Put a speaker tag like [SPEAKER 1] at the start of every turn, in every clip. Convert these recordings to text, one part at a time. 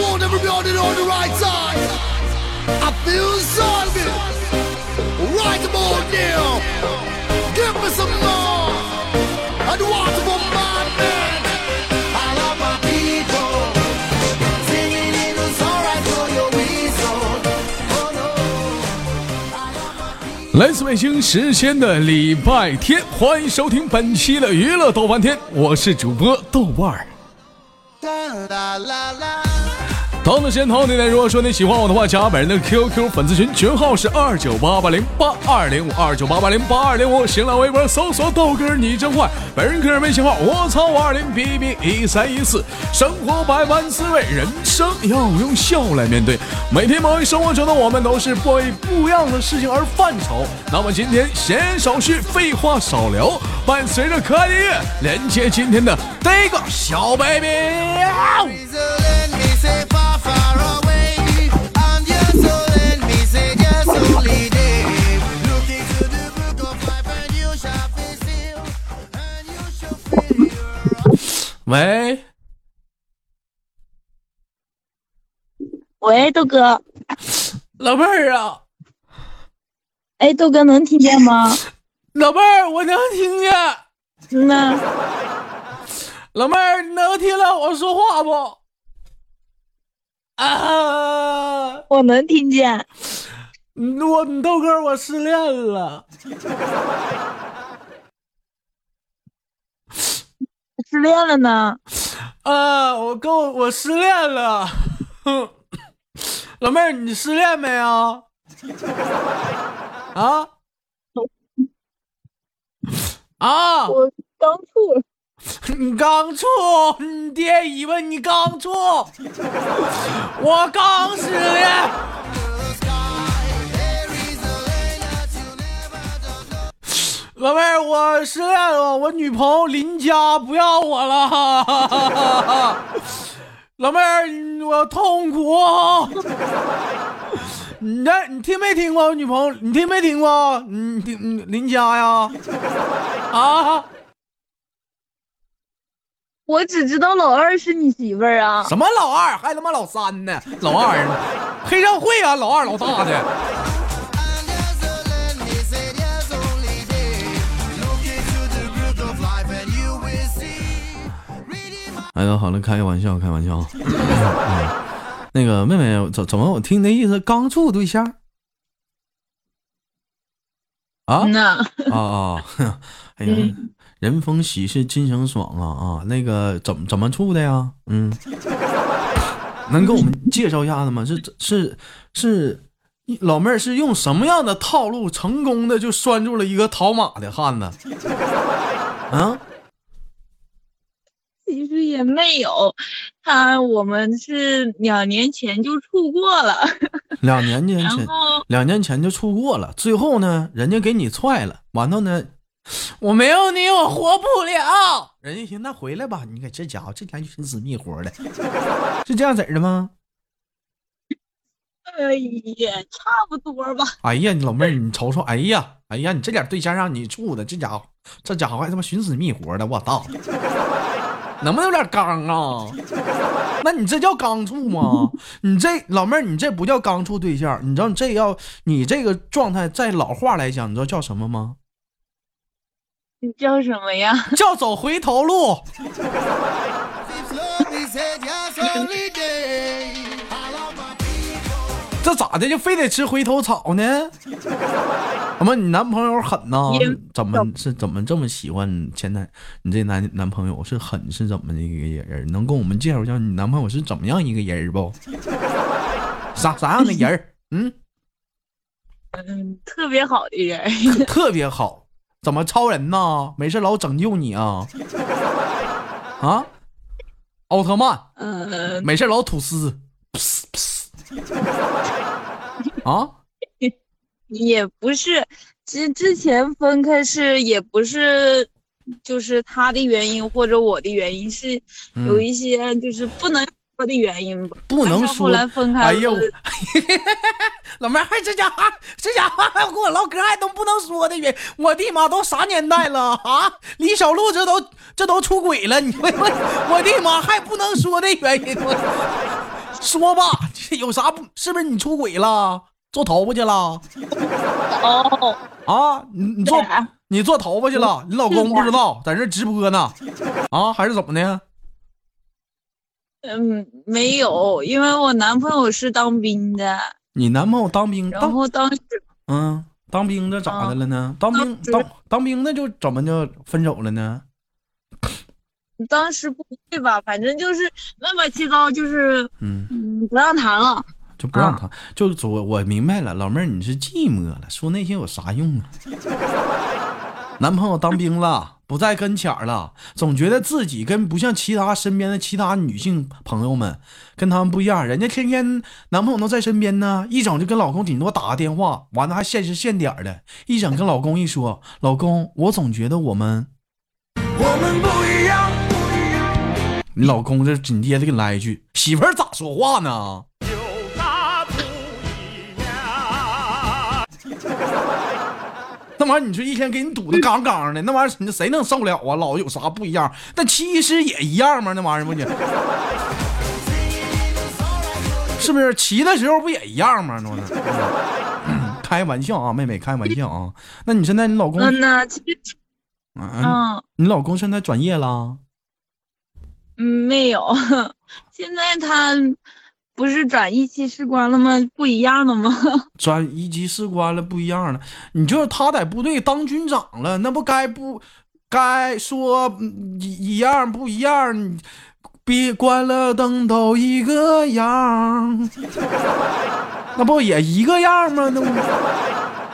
[SPEAKER 1] want everybody on the right side. I feel zombie. Right about now. Give me some more. And water for my man. I love my people. Singing in the alright for your whistle. Oh no.
[SPEAKER 2] 来自北京时间的礼拜天，欢迎收听本期的娱乐豆瓣天，我是主播豆瓣儿。同样的时间，同样的地点。如果说你喜欢我的话，加本人的 QQ 粉丝群，群号是二九八八零八二零五二九八八零八二零五。新浪微博搜索豆哥儿你真坏，本人个人微信号我操五二零 b b 一三一四。生活百般滋味，人生要用笑来面对。每天忙于生活中的我们，都是为不一样的事情而犯愁。那么今天闲言少叙，废话少聊，伴随着可爱的音乐，连接今天的第一个小 baby。喂，
[SPEAKER 3] 喂，豆哥，
[SPEAKER 2] 老妹儿啊，
[SPEAKER 3] 哎，豆哥能听见 吗？
[SPEAKER 2] 老妹儿，我能听见。
[SPEAKER 3] 嗯呐，
[SPEAKER 2] 老妹儿，你能听到我说话不？啊，
[SPEAKER 3] 我能听见。
[SPEAKER 2] 嗯我你豆哥，我失恋了。
[SPEAKER 3] 失恋了呢？
[SPEAKER 2] 啊，我跟我我失恋了。 哼老妹儿，你失恋没啊？啊？啊！
[SPEAKER 3] 我刚处。
[SPEAKER 2] 你刚处，你爹以为你刚处， 我刚失恋。老妹儿，我失恋了，我女朋友林佳不要我了。 老妹儿，你我痛苦。 你这你听没听过我女朋友？你听没听过？你听你林佳呀？啊？
[SPEAKER 3] 我只知道老二是你媳妇儿啊。
[SPEAKER 2] 什么老二，还他妈老三呢？老二呢？黑社会啊，老二老大的。哎呀，好了，开个玩笑，开玩笑。 嗯那个妹妹，怎怎么我听你那意思，刚处对象？啊
[SPEAKER 3] 嗯呐，
[SPEAKER 2] 啊啊！哼哎呀，人逢喜事精神爽啊啊！那个怎么怎么处的呀？嗯，能给我们介绍一下子吗？是是是，老妹儿是用什么样的套路成功的就拴住了一个讨马的汉子？啊，
[SPEAKER 3] 其实也没有，他我们是两年前就处过了，
[SPEAKER 2] 两年前
[SPEAKER 3] 然
[SPEAKER 2] 前
[SPEAKER 3] 后
[SPEAKER 2] 两年前就处过了，最后呢，人家给你踹了，完了呢， 我没有你我活不了。人家寻思那回来吧，你看这家伙这家伙就寻死觅活的， 是这样式儿的吗？
[SPEAKER 3] 呃也差不多吧。
[SPEAKER 2] 哎呀，你老妹儿，你瞅瞅，哎呀，哎呀，你这点对象让你处的，这家伙，这家伙还他妈寻死觅活的，我操！ 能不能有点刚啊？ 那你这叫刚处吗？ 你这老妹儿，你这不叫刚处对象，你知道你这要你这个状态，在老话来讲，你知道叫什么吗？
[SPEAKER 3] 你叫什么呀？
[SPEAKER 2] 叫走回头路。这咋的就非得吃回头草呢？怎么你男朋友狠呐
[SPEAKER 3] 因为？
[SPEAKER 2] 怎么是怎么这么喜欢你前男你这男男朋友是狠是怎么的一个人？能跟我们介绍一下你男朋友是怎么样一个人不？啥啥样的人儿？嗯，
[SPEAKER 3] 嗯，特别好的人，
[SPEAKER 2] 特别好，怎么超人呐？没事老拯救你啊？啊？奥特曼？
[SPEAKER 3] 嗯，
[SPEAKER 2] 没事老吐丝， 啊，
[SPEAKER 3] 也不是，之之前分开是也不是，就是他的原因或者我的原因，是有
[SPEAKER 2] 嗯
[SPEAKER 3] 一些就是不能说的原因吧。
[SPEAKER 2] 不能
[SPEAKER 3] 但是后
[SPEAKER 2] 说。
[SPEAKER 3] 来分开了，
[SPEAKER 2] 哎呦， 老妹儿，还这家伙，这家伙还跟我唠嗑，还都不能说的原，我的妈，都啥年代了啊？李小璐这 都这都出轨了，你我我我的妈，还不能说的原因，我说吧，这有啥不？是不是你出轨了？做头发去了？
[SPEAKER 3] 哦，
[SPEAKER 2] 啊，你你做
[SPEAKER 3] 对啊
[SPEAKER 2] 你做头发去了？你老公
[SPEAKER 3] 是
[SPEAKER 2] 不
[SPEAKER 3] 的
[SPEAKER 2] 知道，在这直播呢？啊，还是怎么的？
[SPEAKER 3] 嗯，没有，因为我男朋友是当兵的，
[SPEAKER 2] 你男朋友当兵
[SPEAKER 3] 然
[SPEAKER 2] 当
[SPEAKER 3] 后当时
[SPEAKER 2] 嗯，当兵的咋的了呢？当兵
[SPEAKER 3] 啊当时
[SPEAKER 2] 当当兵的就怎么就分手了呢？
[SPEAKER 3] 当时不会吧，反正就是乱八七糟，就是
[SPEAKER 2] 嗯，
[SPEAKER 3] 嗯不让谈了。
[SPEAKER 2] 就不
[SPEAKER 3] 啊
[SPEAKER 2] 让他，就我我明白了，老妹儿你是寂寞了，说那些有啥 用啊？男朋友当兵了，不在跟前儿了，总觉得自己跟不像其他身边的其他女性朋友们，跟他们不一样，人家天天男朋友都在身边呢，一整就跟老公顶多打个电话，完了还限时限点儿的，一整跟老公一说，老公，我总觉得我们
[SPEAKER 4] 我们不一样。
[SPEAKER 2] 你老公这紧接着给你来一句：“媳妇儿咋说话呢
[SPEAKER 4] 有大不一样。？”
[SPEAKER 2] 那玩意儿，你说一天给你堵的杠杠的，那玩意儿你谁能受了啊？老有啥不一样？但其实也一样吗？那玩意儿不你，是不是骑的时候不也一样吗？那玩意儿嗯开玩笑啊，妹妹，开玩笑啊。那你现在你老公，
[SPEAKER 3] 嗯呐，其实
[SPEAKER 2] 嗯，
[SPEAKER 3] 嗯
[SPEAKER 2] 你老公现在转业了？
[SPEAKER 3] 嗯没有， 现在他不是转一期士官了吗？不一样了吗？
[SPEAKER 2] 转一级士官了，不一样了。你就是他在部队当军长了，那不该不该说嗯一一样不一样？你别关了灯都一个样， 那不也一个样吗？那不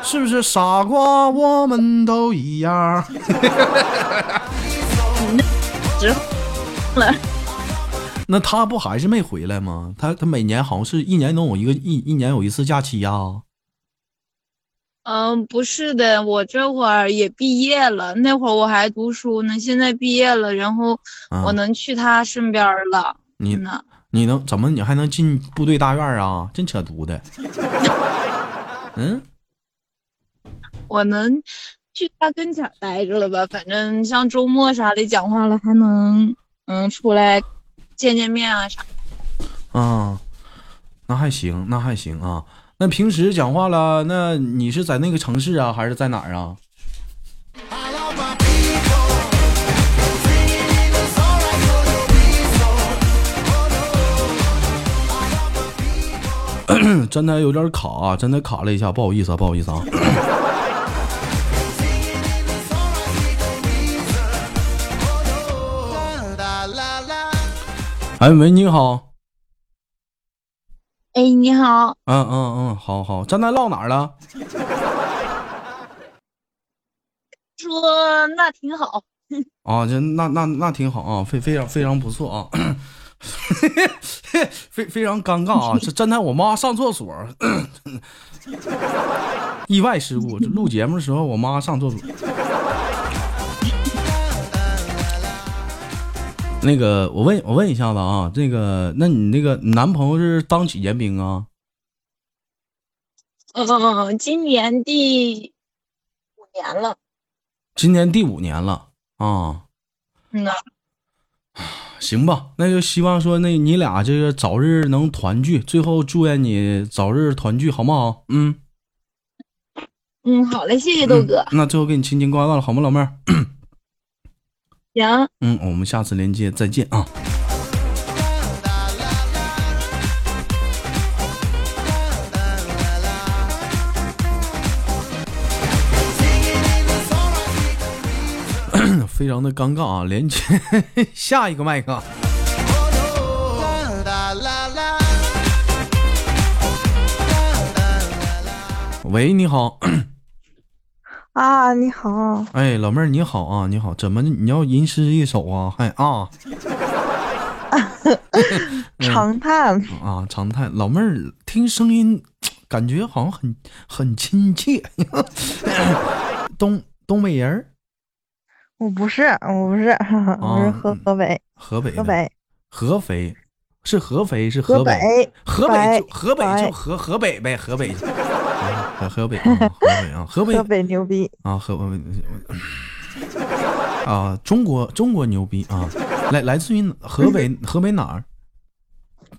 [SPEAKER 2] 是不是傻瓜？我们都一样。
[SPEAKER 3] 之后了，
[SPEAKER 2] 那他不还是没回来吗？他他每年好像是一年能有一个一一年有一次假期呀、
[SPEAKER 3] 嗯，不是的，我这会儿也毕业了，那会儿我还读书呢，现在毕业了，然后
[SPEAKER 2] 啊
[SPEAKER 3] 我能去他身边儿了。
[SPEAKER 2] 你
[SPEAKER 3] 呢？
[SPEAKER 2] 你能怎么？你还能进部队大院啊？真扯犊子！嗯，
[SPEAKER 3] 我能去他跟前儿待着了吧？反正像周末啥的讲话了，还能嗯出来见见面啊啥。
[SPEAKER 2] 啊，那还行，那还行啊。那平时讲话了，那你是在那个城市啊，还是在哪儿啊？真嗯的有点卡、啊，真的卡了一下，不好意思啊，不好意思啊。哎，喂，你好，
[SPEAKER 3] 哎，你好，
[SPEAKER 2] 嗯嗯嗯，好好，咱俩唠哪儿了？
[SPEAKER 3] 说那挺好，
[SPEAKER 2] 啊，这那那那挺好啊，非非常非常不错啊，非非常尴尬啊！这真的，我妈上厕所，意外事故。这录节目的时候，我妈上厕所。那个，我问我问一下子啊，这个，那你那个男朋友是当几年兵啊？
[SPEAKER 3] 嗯，今年第五年了，
[SPEAKER 2] 今年第五年了啊。
[SPEAKER 3] 嗯呐，
[SPEAKER 2] 行吧，那就希望说那你俩这个早日能团聚，最后祝愿你早日团聚，好不好？嗯，
[SPEAKER 3] 嗯，好嘞，谢谢豆哥，
[SPEAKER 2] 那最后给你亲亲挂断了，好吗，老妹儿？
[SPEAKER 3] 行，
[SPEAKER 2] 嗯，我们下次连接再见啊。 非常的尴尬啊，连接 下一个麦克。喂，你好，
[SPEAKER 5] 啊，你好，
[SPEAKER 2] 哎，老妹儿你好啊，你好，怎么你要吟诗一首啊？还、啊嗯
[SPEAKER 5] 长叹，
[SPEAKER 2] 啊，常态，老妹儿听声音，感觉好像很很亲切， 东东北人儿，
[SPEAKER 5] 我不是，我不是， 我是河
[SPEAKER 2] 嗯
[SPEAKER 5] 河北，
[SPEAKER 2] 河北的，
[SPEAKER 5] 河北，
[SPEAKER 2] 合肥是合肥是
[SPEAKER 5] 河
[SPEAKER 2] 河北，河北就
[SPEAKER 5] 白
[SPEAKER 2] 河北就
[SPEAKER 5] 白
[SPEAKER 2] 河河北呗，河北， 啊河北啊河北啊河北
[SPEAKER 5] 河北牛逼，
[SPEAKER 2] 啊，和我啊， 中国中国牛逼啊，来来自于河北河北哪儿？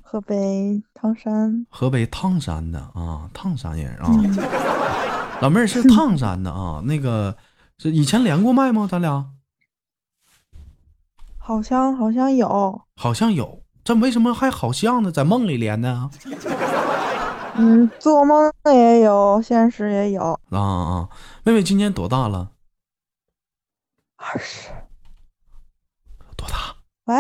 [SPEAKER 5] 河北唐山，嗯
[SPEAKER 2] 河北烫山的啊，烫山人啊，老妹儿是烫山的啊。那个是以前连过麦吗？咱俩
[SPEAKER 5] 好像好像有，
[SPEAKER 2] 好像有，这为什么还好像呢？在梦里连呢？
[SPEAKER 5] 嗯，做梦也有，现实也有。
[SPEAKER 2] 啊啊，妹妹今年多大了？
[SPEAKER 5] 二十，
[SPEAKER 2] 多大？
[SPEAKER 5] 喂，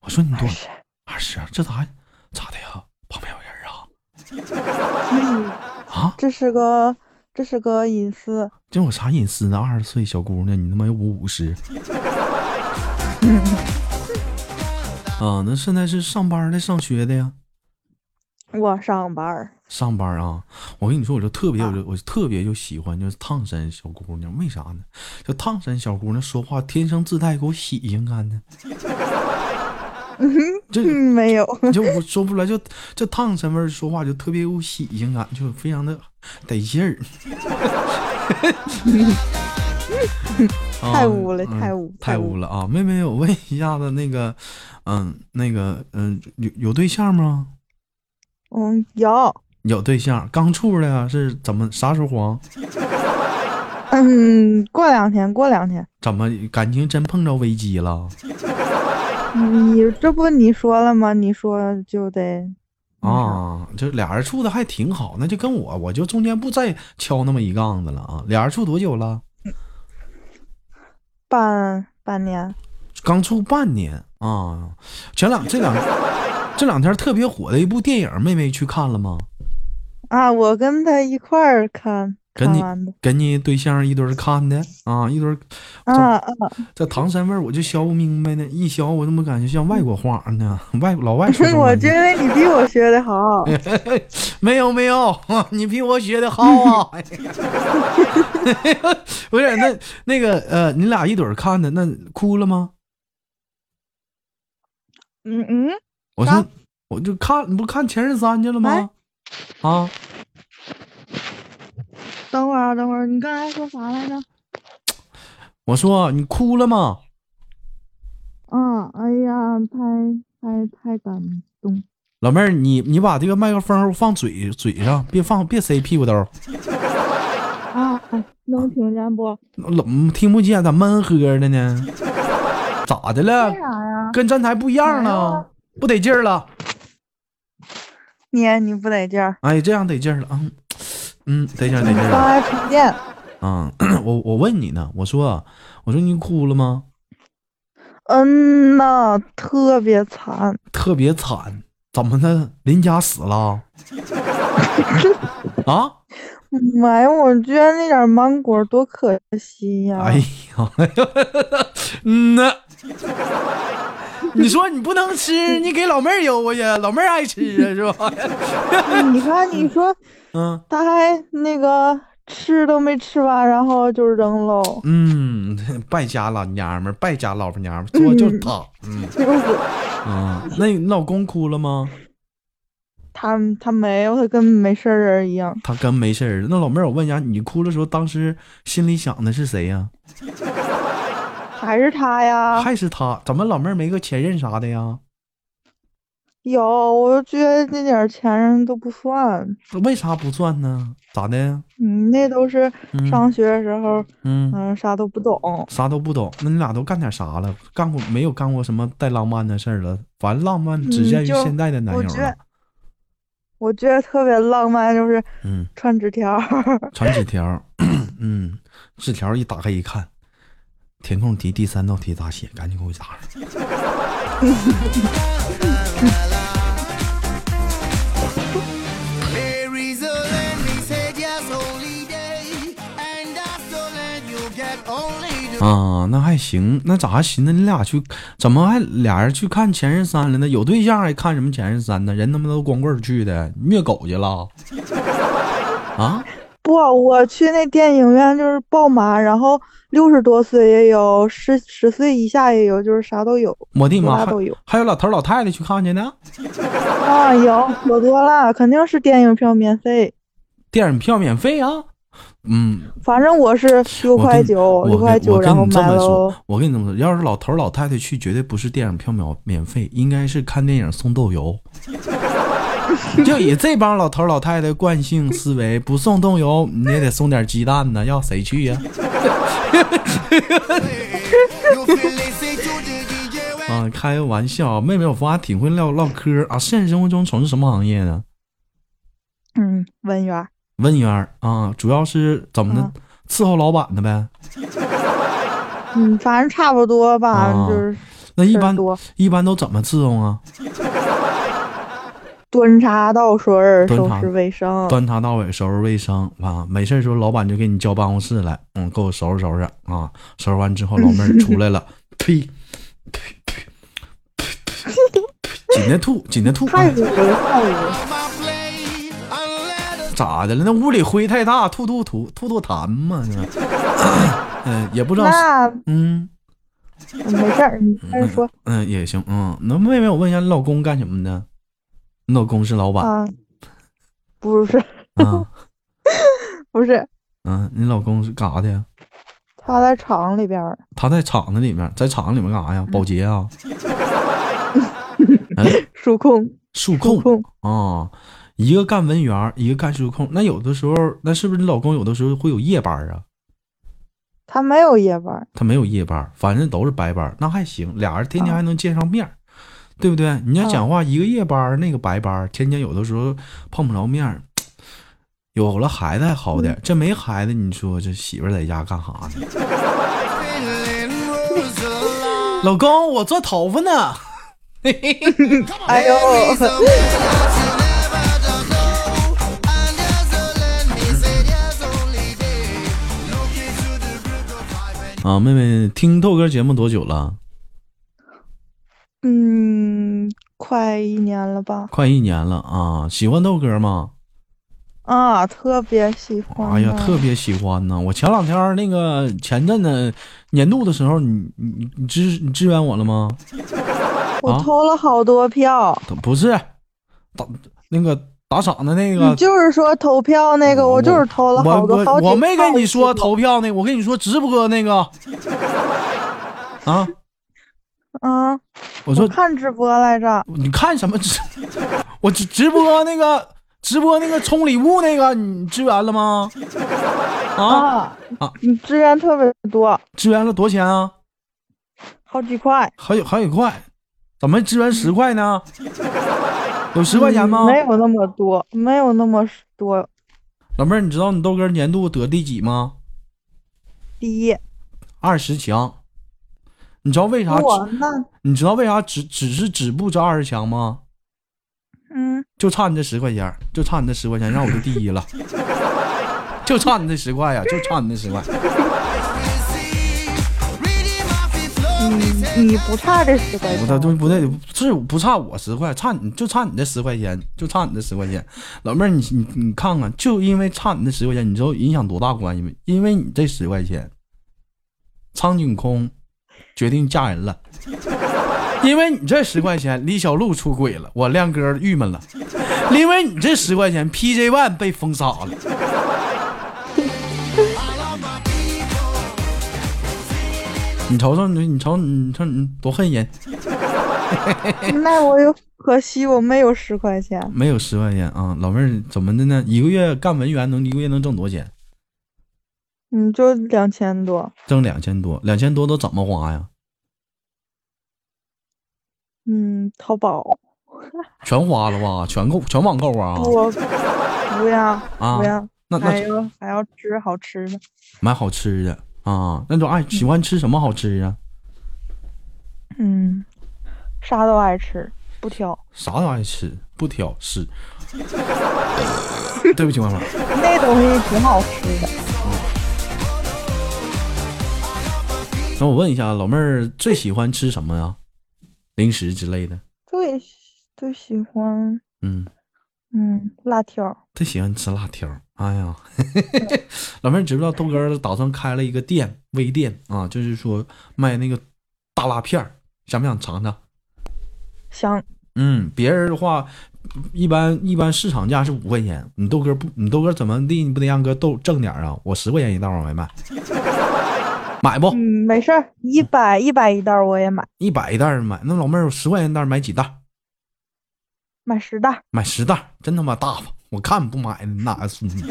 [SPEAKER 2] 我说你多
[SPEAKER 5] 二十，
[SPEAKER 2] 二十，啊这咋咋的呀？旁边有人啊？啊，
[SPEAKER 5] 嗯这是个这是个隐私，
[SPEAKER 2] 这有啥隐私呢？二十岁小姑娘，你他妈又不五十？ 啊，那现在是上班的，上学的呀？
[SPEAKER 5] 我上班儿，
[SPEAKER 2] 上班啊！我跟你说，我就特别，我就我就特别就喜欢就是烫山小姑娘，为啥呢？就烫山小姑娘说话天生自带一股喜庆感呢。 这
[SPEAKER 5] 嗯，没有，
[SPEAKER 2] 就我说不出来，就就烫山味儿说话就特别有喜庆感，就非常的得劲儿。啊
[SPEAKER 5] 太污了
[SPEAKER 2] 嗯
[SPEAKER 5] 太污
[SPEAKER 2] 太
[SPEAKER 5] 太
[SPEAKER 2] 污
[SPEAKER 5] 污
[SPEAKER 2] 了啊！妹妹，我问一下子，那个，嗯，那个，嗯，有有对象吗？
[SPEAKER 5] 嗯，有，
[SPEAKER 2] 有对象，刚处的呀？是怎么啥时候黄？
[SPEAKER 5] 嗯，过两天，过两天，
[SPEAKER 2] 怎么感情真碰着危机了
[SPEAKER 5] 你这不你说了吗？你说就得，嗯
[SPEAKER 2] 啊？就俩人处的还挺好，那就跟我，我就中间不再敲那么一杠子了啊！俩人处多久了？
[SPEAKER 5] 半半年，
[SPEAKER 2] 刚处半年啊。前 两这两这两天特别火的一部电影，妹妹去看了吗？
[SPEAKER 5] 啊，我跟他一块儿看
[SPEAKER 2] 跟
[SPEAKER 5] 看
[SPEAKER 2] 你
[SPEAKER 5] 完的，
[SPEAKER 2] 跟你对象一堆儿看的啊，一堆儿
[SPEAKER 5] 啊啊，
[SPEAKER 2] 这唐山味儿，我就削不明白呢。一削我怎么感觉像外国话呢？ 外老外 说中
[SPEAKER 5] 啊哎我
[SPEAKER 2] 文呢
[SPEAKER 5] 觉得你比我学 的好，
[SPEAKER 2] 没有没有， 你比我学的好啊！ 不是那那个呃，你俩一堆儿看的，那哭了吗？
[SPEAKER 5] 嗯嗯，
[SPEAKER 2] 我
[SPEAKER 5] 啥哎
[SPEAKER 2] 说我就看，你不看前任三去了吗？啊，
[SPEAKER 5] 等会儿啊，等会儿，你刚才说啥来着？
[SPEAKER 2] 我说你哭了吗？
[SPEAKER 5] 啊，哎呀，太太太感动，
[SPEAKER 2] 老妹儿，你你把这个麦克风放嘴嘴上，别放别塞屁股兜儿，
[SPEAKER 5] 啊，能听见不？
[SPEAKER 2] 老听不见，咋闷呵的呢？ 咋的了
[SPEAKER 5] 为？啥呀？
[SPEAKER 2] 跟站台不一样了，不得劲儿了。
[SPEAKER 5] 你你不得劲儿，
[SPEAKER 2] 哎，这样得劲儿了，嗯嗯，得劲儿得劲儿了
[SPEAKER 5] 刚。才重建
[SPEAKER 2] 啊、 我我问你呢，我说啊我说你哭了吗？
[SPEAKER 5] 嗯呐，特别惨，
[SPEAKER 2] 特别惨，怎么的？林家死了？ 啊？
[SPEAKER 5] 妈哎呀，我居然那点儿芒果儿多可惜呀！
[SPEAKER 2] 哎呀， 嗯呐，你说你不能吃，你给老妹儿邮过去，老妹儿爱吃啊，是吧？
[SPEAKER 5] 哎你看，你说
[SPEAKER 2] 嗯
[SPEAKER 5] 他还那个吃都没吃完，然后就扔喽，
[SPEAKER 2] 嗯，败家老娘们儿，败家老婆娘们儿，说就是她。嗯
[SPEAKER 5] 就是
[SPEAKER 2] 啊，那你老公哭了吗？
[SPEAKER 5] 他他没有，他跟没事儿人一样，
[SPEAKER 2] 他跟没事儿。那老妹儿，我问一下，你哭的时候，当时心里想的是谁呀、
[SPEAKER 5] 还是他呀。
[SPEAKER 2] 还是他？怎么老妹儿没个前任啥的呀？
[SPEAKER 5] 有，我就觉得那点儿前任都不算，
[SPEAKER 2] 为啥不算呢？咋的？
[SPEAKER 5] 嗯，那都是
[SPEAKER 2] 嗯
[SPEAKER 5] 上学的时候，
[SPEAKER 2] 嗯，
[SPEAKER 5] 嗯，啥都不懂，
[SPEAKER 2] 啥都不懂。那你俩都干点啥了？干过没有？干过什么带浪漫的事儿了？反正浪漫只
[SPEAKER 5] 嗯
[SPEAKER 2] 限于
[SPEAKER 5] 就
[SPEAKER 2] 现在的男
[SPEAKER 5] 我
[SPEAKER 2] 友
[SPEAKER 5] 觉
[SPEAKER 2] 了
[SPEAKER 5] 得。我觉得特别浪漫，就是
[SPEAKER 2] 嗯，
[SPEAKER 5] 传纸条儿，
[SPEAKER 2] 传纸条儿。 嗯，纸条一打开一看，嗯填空题第三道题咋写？赶紧给我答上。
[SPEAKER 4] There is a land they said yes only day, and that's the land you get only the
[SPEAKER 2] 啊，那还行。那咋还寻思你俩去？怎么还俩人去看前任三了呢？有对象还看什么前任三呢？人他妈都光棍儿去的，虐狗去 了。啊？
[SPEAKER 5] 不，我去那电影院就是爆满，然后六十多岁也有，十十岁以下也有，就是啥都有，
[SPEAKER 2] 我的妈，
[SPEAKER 5] 啥
[SPEAKER 2] 还
[SPEAKER 5] 都有
[SPEAKER 2] 还有老头儿老太太去看去呢。
[SPEAKER 5] 啊，有可多了，肯定是电影票免费，
[SPEAKER 2] 电影票免费啊。嗯，
[SPEAKER 5] 反正我是六
[SPEAKER 2] 我跟
[SPEAKER 5] 块
[SPEAKER 2] 你
[SPEAKER 5] 九，
[SPEAKER 2] 我
[SPEAKER 5] 六
[SPEAKER 2] 跟
[SPEAKER 5] 块九，
[SPEAKER 2] 我
[SPEAKER 5] 然
[SPEAKER 2] 跟
[SPEAKER 5] 后
[SPEAKER 2] 你这
[SPEAKER 5] 买
[SPEAKER 2] 么
[SPEAKER 5] 喽
[SPEAKER 2] 说，，我跟你这么说，要是老头儿老太太去，绝对不是电影票免免费，应该是看电影送豆油。 就以这帮老头老太太惯性思维，不送冻油你也得送点鸡蛋呢，要谁去呀？啊，开个玩笑，妹妹，我发现挺会唠唠嗑儿啊。现实生活中从事什么行业呢？
[SPEAKER 5] 嗯，文员儿，
[SPEAKER 2] 文员儿啊，主要是怎么的，
[SPEAKER 5] 啊
[SPEAKER 2] 伺候老板的呗。
[SPEAKER 5] 嗯，反正差不多吧，
[SPEAKER 2] 啊
[SPEAKER 5] 就是
[SPEAKER 2] 那一
[SPEAKER 5] 事儿
[SPEAKER 2] 般
[SPEAKER 5] 多
[SPEAKER 2] 一般都怎么伺候啊？
[SPEAKER 5] 端茶倒水儿，
[SPEAKER 2] 端
[SPEAKER 5] 收
[SPEAKER 2] 茶
[SPEAKER 5] 拾卫生。
[SPEAKER 2] 端茶倒水，收拾卫生啊。没事儿时候，老板就给你叫办公室来，嗯，给我收拾收拾啊。收拾完之后，老妹儿出来了，呸呸呸呸呸，呸紧着吐，紧着吐，
[SPEAKER 5] 太
[SPEAKER 2] 啊
[SPEAKER 5] 恶了，太恶了！
[SPEAKER 2] 咋的了？那屋里灰太大，吐吐吐吐吐痰嘛。嗯、 哎也不知道是，
[SPEAKER 5] 那
[SPEAKER 2] 嗯
[SPEAKER 5] 没事儿，你接着说
[SPEAKER 2] 嗯，也行，嗯。那妹妹，我问一下，你老公干什么的？你老公是老板
[SPEAKER 5] 啊。不是，
[SPEAKER 2] 啊？
[SPEAKER 5] 不是，
[SPEAKER 2] 嗯，你老公是干啥的呀？
[SPEAKER 5] 他在厂里边儿，
[SPEAKER 2] 他在厂子里面，在厂子里面干啥呀？保洁啊，
[SPEAKER 5] 数控，
[SPEAKER 2] 数
[SPEAKER 5] 数
[SPEAKER 2] 控
[SPEAKER 5] 控，
[SPEAKER 2] 啊，一个干文员儿，一个干数控。那有的时候，那是不是你老公有的时候会有夜班儿啊？
[SPEAKER 5] 他没有夜班儿，
[SPEAKER 2] 他没有夜班儿，反正都是白班儿，那还行，俩人天天还能见上面儿，对不对？你要讲话，一个夜班儿，那个白班儿，天天有的时候碰不着面儿。有了孩子还好点儿，这没孩子，你说这媳妇儿在家干啥呢？ 老公，我做头发呢。
[SPEAKER 5] 哎呦，
[SPEAKER 2] 啊，妹妹，听豆哥节目多久了？
[SPEAKER 5] 嗯，快一年了吧？
[SPEAKER 2] 快一年了啊！喜欢豆哥吗？
[SPEAKER 5] 啊，特别喜欢啊呢。
[SPEAKER 2] 哎呀，特别喜欢呢！我前两天儿那个前阵子年度的时候，你你你支你支援我了吗？
[SPEAKER 5] 我
[SPEAKER 2] 啊
[SPEAKER 5] 投了好多票，
[SPEAKER 2] 不是，打那个打赏的那
[SPEAKER 5] 你
[SPEAKER 2] 个，哦
[SPEAKER 5] 就是说投票那个，
[SPEAKER 2] 我
[SPEAKER 5] 我就是投了
[SPEAKER 2] 我
[SPEAKER 5] 好多好
[SPEAKER 2] 我
[SPEAKER 5] 几
[SPEAKER 2] 我没跟你说
[SPEAKER 5] 票
[SPEAKER 2] 投票那个，我跟你说直播那 个啊，
[SPEAKER 5] 啊，
[SPEAKER 2] 我说
[SPEAKER 5] 看直播来着，
[SPEAKER 2] 你看什么直？我直直播那个直播那个充礼物那个，你支援了吗？啊，
[SPEAKER 5] 啊
[SPEAKER 2] 啊，
[SPEAKER 5] 你支援特别多，
[SPEAKER 2] 支援了多少钱啊？
[SPEAKER 5] 好几块，
[SPEAKER 2] 好几好几块，怎么支援十块呢？有十块钱吗
[SPEAKER 5] 嗯？没有那么多，没有那么多。
[SPEAKER 2] 老妹儿，你知道你豆哥年度得第几吗？
[SPEAKER 5] 第
[SPEAKER 2] 啊
[SPEAKER 5] 一，
[SPEAKER 2] 二十强。你知道为啥只？
[SPEAKER 5] 我呢，
[SPEAKER 2] 你知道为啥只只是止步这二十强吗？
[SPEAKER 5] 嗯，
[SPEAKER 2] 就差你这十块钱儿，就差你这十块钱，让我就第一了，就差你这十块呀，就差你这十块。
[SPEAKER 5] 你不差这十块
[SPEAKER 2] 不对，
[SPEAKER 5] 钱，
[SPEAKER 2] 对不对，是不差我十块，差你就差你这十块钱，就差你这十块钱。老妹儿，你你你看看，就因为差你这十块钱，你知道影响多大关系没？因为你这十块钱，苍井空决定嫁人了。因为你这十块钱，李小璐出轨了，我亮哥郁闷了。因为你这十块钱，PJ One 被封杀了。 你瞅瞅你，你瞅你，你瞅你多恨人。
[SPEAKER 5] 那我有可惜我没有十块钱，
[SPEAKER 2] 没有十块钱啊，老妹儿怎么的呢？一个月干文员能一个月能挣多少钱？
[SPEAKER 5] 你嗯就两千多，
[SPEAKER 2] 挣两千多，两千多都怎么花呀？
[SPEAKER 5] 嗯，淘宝，
[SPEAKER 2] 全花了吧？全购全网购啊？
[SPEAKER 5] 我不要
[SPEAKER 2] 啊
[SPEAKER 5] 不要，
[SPEAKER 2] 那
[SPEAKER 5] 还
[SPEAKER 2] 那
[SPEAKER 5] 有还要吃好吃的，
[SPEAKER 2] 买好吃的啊？那都爱喜欢吃什么好吃啊？
[SPEAKER 5] 嗯，啥都爱吃，不挑。
[SPEAKER 2] 啥都爱吃，不挑食。 对不起，妈妈。
[SPEAKER 5] 那东西挺好吃的，
[SPEAKER 2] 那我问一下，老妹儿最喜欢吃什么呀？零食之类的？
[SPEAKER 5] 最喜最喜欢
[SPEAKER 2] 嗯，
[SPEAKER 5] 嗯辣条，
[SPEAKER 2] 最喜欢吃辣条。哎呀， 老妹儿，你知不知道豆哥儿打算开了一个店，微店啊，就是说卖那个大辣片儿，想不想尝尝？
[SPEAKER 5] 香
[SPEAKER 2] 嗯，别人的话，一般一般市场价是五块钱，你豆哥不，你豆哥怎么地，你不得让哥豆挣点儿啊？我十块钱一袋往外 卖，买不？
[SPEAKER 5] 嗯没事儿，一百一百一袋儿我也买，
[SPEAKER 2] 一百一袋儿买，那老妹儿我十块钱一袋儿买几袋儿？
[SPEAKER 5] 买十袋儿。
[SPEAKER 2] 买十袋儿，真他妈大方！我看不买了，你哪个孙子？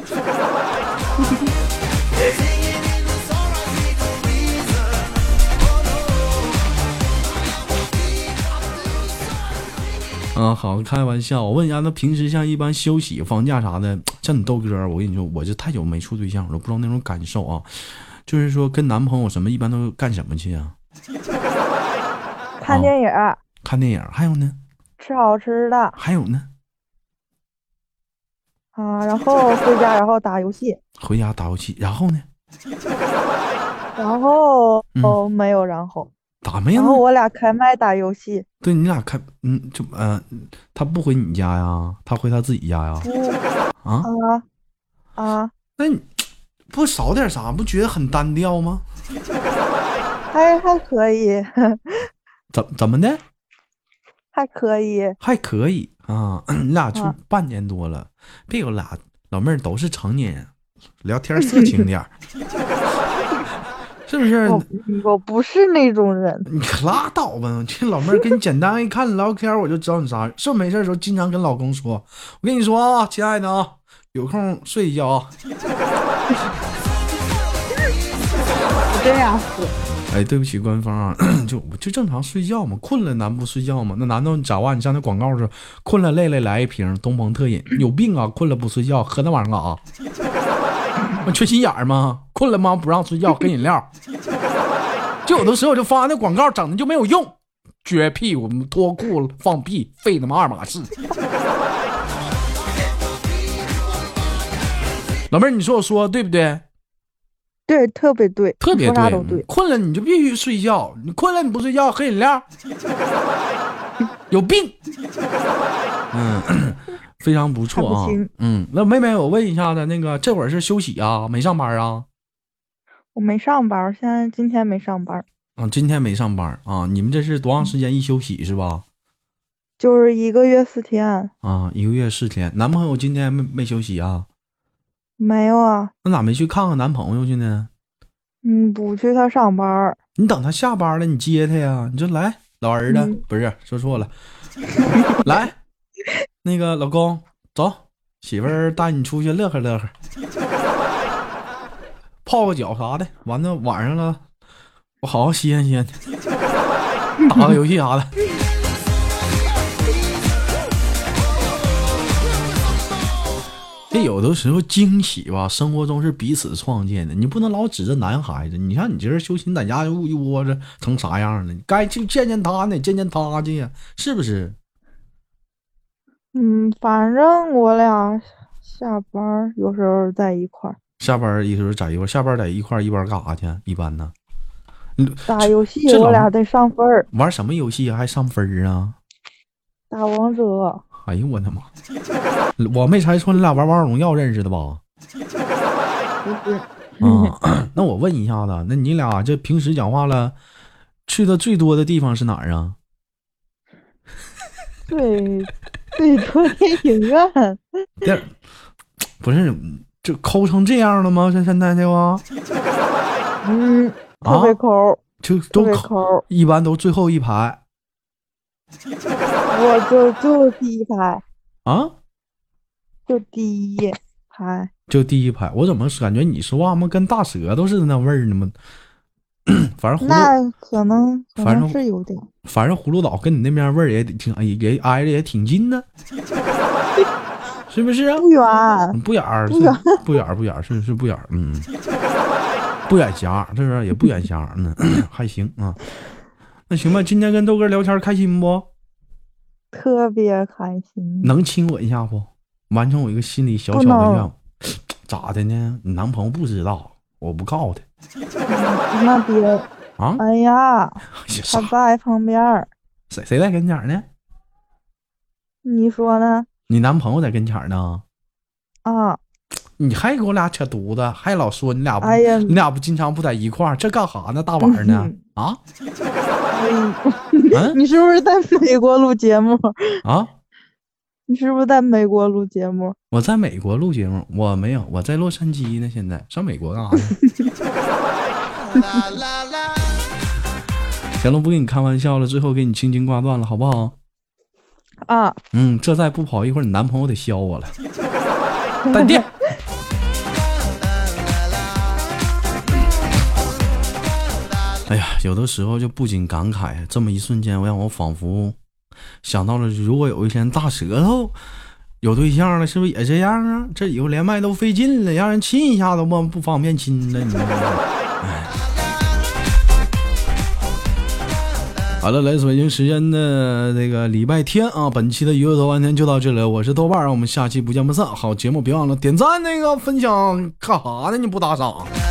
[SPEAKER 2] 啊，好，开玩笑。我问一下，那平时像一般休息、放假啥的，像你豆哥儿，我跟你说，我这太久没处对象了，我不知道那种感受啊。就是说，跟男朋友什么，一般都干什么去啊？
[SPEAKER 5] 看电影儿，
[SPEAKER 2] 看电影儿，还有呢，
[SPEAKER 5] 吃好吃的
[SPEAKER 2] 还有呢，
[SPEAKER 5] 啊，然后回家，然后打游戏，
[SPEAKER 2] 回家打游戏，然后呢，
[SPEAKER 5] 然后、
[SPEAKER 2] 嗯哎
[SPEAKER 5] 哦没有然后，
[SPEAKER 2] 打没
[SPEAKER 5] 然
[SPEAKER 2] 有
[SPEAKER 5] 后？我俩开麦打游戏，
[SPEAKER 2] 对你俩开，嗯，就嗯、呃，他不回你家呀，他回他自己家呀，啊，
[SPEAKER 5] 啊啊，
[SPEAKER 2] 那你不少点啥，不觉得很单调吗？
[SPEAKER 5] 还还可以，
[SPEAKER 2] 怎怎么的？
[SPEAKER 5] 还可以，
[SPEAKER 2] 还可以啊， 你俩处
[SPEAKER 5] 啊
[SPEAKER 2] 半年多了，别有俩老妹儿都是成年人，聊天色情点儿， 是不是？
[SPEAKER 5] 我我不是那种人，
[SPEAKER 2] 你可拉倒吧！这老妹儿跟你简单一看聊天，我就知道你啥人。是不是没事的时候经常跟老公说，我跟你说啊，亲爱的啊，有空睡一觉啊。
[SPEAKER 3] 我真想死。
[SPEAKER 2] 哎，对不起，官方啊， 就我就正常睡觉嘛，困了难不睡觉吗？那难道你咋哇？你像那广告似的，困了累了来一瓶东鹏特饮，有病啊！困了不睡觉，喝那玩意儿干啥？ 我缺心眼儿吗？困了吗？不让睡觉，喝饮料。就有的时候我就发那广告，整的就没有用，撅屁股脱裤了放屁，费他妈二码事。老妹儿，你说我说的对不对？
[SPEAKER 5] 对，特别对，
[SPEAKER 2] 特别
[SPEAKER 5] 说啥
[SPEAKER 2] 对，
[SPEAKER 5] 都对，
[SPEAKER 2] 困了你就必须睡觉，你困了你不睡觉喝饮料，有病。嗯，非常不错啊
[SPEAKER 5] 看不清。
[SPEAKER 2] 嗯，那妹妹，我问一下子，那个这会儿是休息啊，没上班啊？
[SPEAKER 5] 我没上班，我现在今天没上班，
[SPEAKER 2] 啊，今天没上班啊？你们这是多长时间一休息是吧？
[SPEAKER 5] 就是一个月四天，
[SPEAKER 2] 啊，一个月四天。男朋友今天没没休息啊？
[SPEAKER 5] 没有啊，
[SPEAKER 2] 那咋没去看看男朋友去呢？
[SPEAKER 5] 嗯，不去他上班儿，
[SPEAKER 2] 你等他下班了，你接他呀。你说来，老儿子、
[SPEAKER 5] 嗯
[SPEAKER 2] 不是说错了， 来，那个老公走，媳妇儿带你出去乐呵乐呵， 泡个脚啥的。完了晚上了，我好好歇一歇去，打个游戏啥的。这有的时候惊喜吧，生活中是彼此创建的，你不能老指着男孩子。你像你今儿休息，你在家就一窝着，成啥样了？你该去见见他，你得见见他去呀，是不是？
[SPEAKER 5] 嗯，反正我俩下班儿有时候在一块儿
[SPEAKER 2] 下班儿一时候在一块儿，下班儿在一块儿，一边儿干啥去？啊一般呢，
[SPEAKER 5] 打游戏
[SPEAKER 2] 这，老
[SPEAKER 5] 我
[SPEAKER 2] 妹
[SPEAKER 5] 俩得上分儿，
[SPEAKER 2] 玩什么游戏啊还上分儿啊？
[SPEAKER 5] 打王者。
[SPEAKER 2] 哎呦我的妈！ 我没猜错，你俩玩王者荣耀认识的吧？ 不是。啊，那我问一下子，那你俩这平时讲话了，去的最多的地方是哪儿啊？
[SPEAKER 5] 对，最多电 影院，
[SPEAKER 2] 电影不是就抠成这样了吗？这现在这不
[SPEAKER 5] 嗯，特别抠儿，
[SPEAKER 2] 就
[SPEAKER 5] 特
[SPEAKER 2] 啊都
[SPEAKER 5] 别
[SPEAKER 2] 抠，
[SPEAKER 5] 抠儿，
[SPEAKER 2] 一般都最后一排
[SPEAKER 5] 我就就第一排，
[SPEAKER 2] 啊，
[SPEAKER 5] 就第一排，
[SPEAKER 2] 就第一排。我怎么感觉你说话嘛跟大舌头似的那味儿呢嘛？ 反正葫芦，
[SPEAKER 5] 那可能可
[SPEAKER 2] 反
[SPEAKER 5] 能
[SPEAKER 2] 正
[SPEAKER 5] 是有点儿，
[SPEAKER 2] 反正葫芦岛跟你那边味儿也挺也也挨着也挺近 的，是不是啊？
[SPEAKER 5] 不远，
[SPEAKER 2] 嗯不远儿，
[SPEAKER 5] 不远
[SPEAKER 2] 是不远儿，不远儿，是是不远儿，嗯，不远狭，是不是也不远狭？嗯， 还行啊。那行吧，今天跟豆哥聊天儿开心不？
[SPEAKER 5] 特别开心。
[SPEAKER 2] 能亲我一下不？完成我一个心里小小
[SPEAKER 5] 哦
[SPEAKER 2] 的愿望。 咋的呢？你男朋友不知道，我不告 诉
[SPEAKER 5] 那边，
[SPEAKER 2] 他啊。
[SPEAKER 5] 哎呀，
[SPEAKER 2] 哎呀
[SPEAKER 5] 他
[SPEAKER 2] 啥？
[SPEAKER 5] 在旁边儿，
[SPEAKER 2] 谁谁在跟前儿呢？
[SPEAKER 5] 你说呢？
[SPEAKER 2] 你男朋友在跟前儿呢？
[SPEAKER 5] 啊，
[SPEAKER 2] 你还给我俩扯犊子，还老说你俩不，
[SPEAKER 5] 哎呀
[SPEAKER 2] 你俩不经常不在一块儿，这干啥呢？大晚上呢？啊？ 嗯
[SPEAKER 5] 你是不是在美国录节目？
[SPEAKER 2] 啊！
[SPEAKER 5] 你是不是在美国录节目？
[SPEAKER 2] 我在美国录节目，我没有，我在洛杉矶呢。现在上美国干啥 呢？行了，不跟你开玩笑了，最后给你轻轻挂断了，好不好？
[SPEAKER 5] 啊，
[SPEAKER 2] 嗯，这再不跑一会儿，你男朋友得削我了。淡定。哎呀，有的时候就不禁感慨，这么一瞬间，我让我仿佛想到了，如果有一天大舌头有对象了，是不是也这样啊？这以后连麦都费劲了，让人亲一下都不不方便亲了，你知道吗？好了，来自北京时间的这个礼拜天啊，本期的娱乐多半天就到这里了，我是豆瓣儿，让我们下期不见不散。好节目别忘了点赞那个分享，干啥呢？你不打赏？啊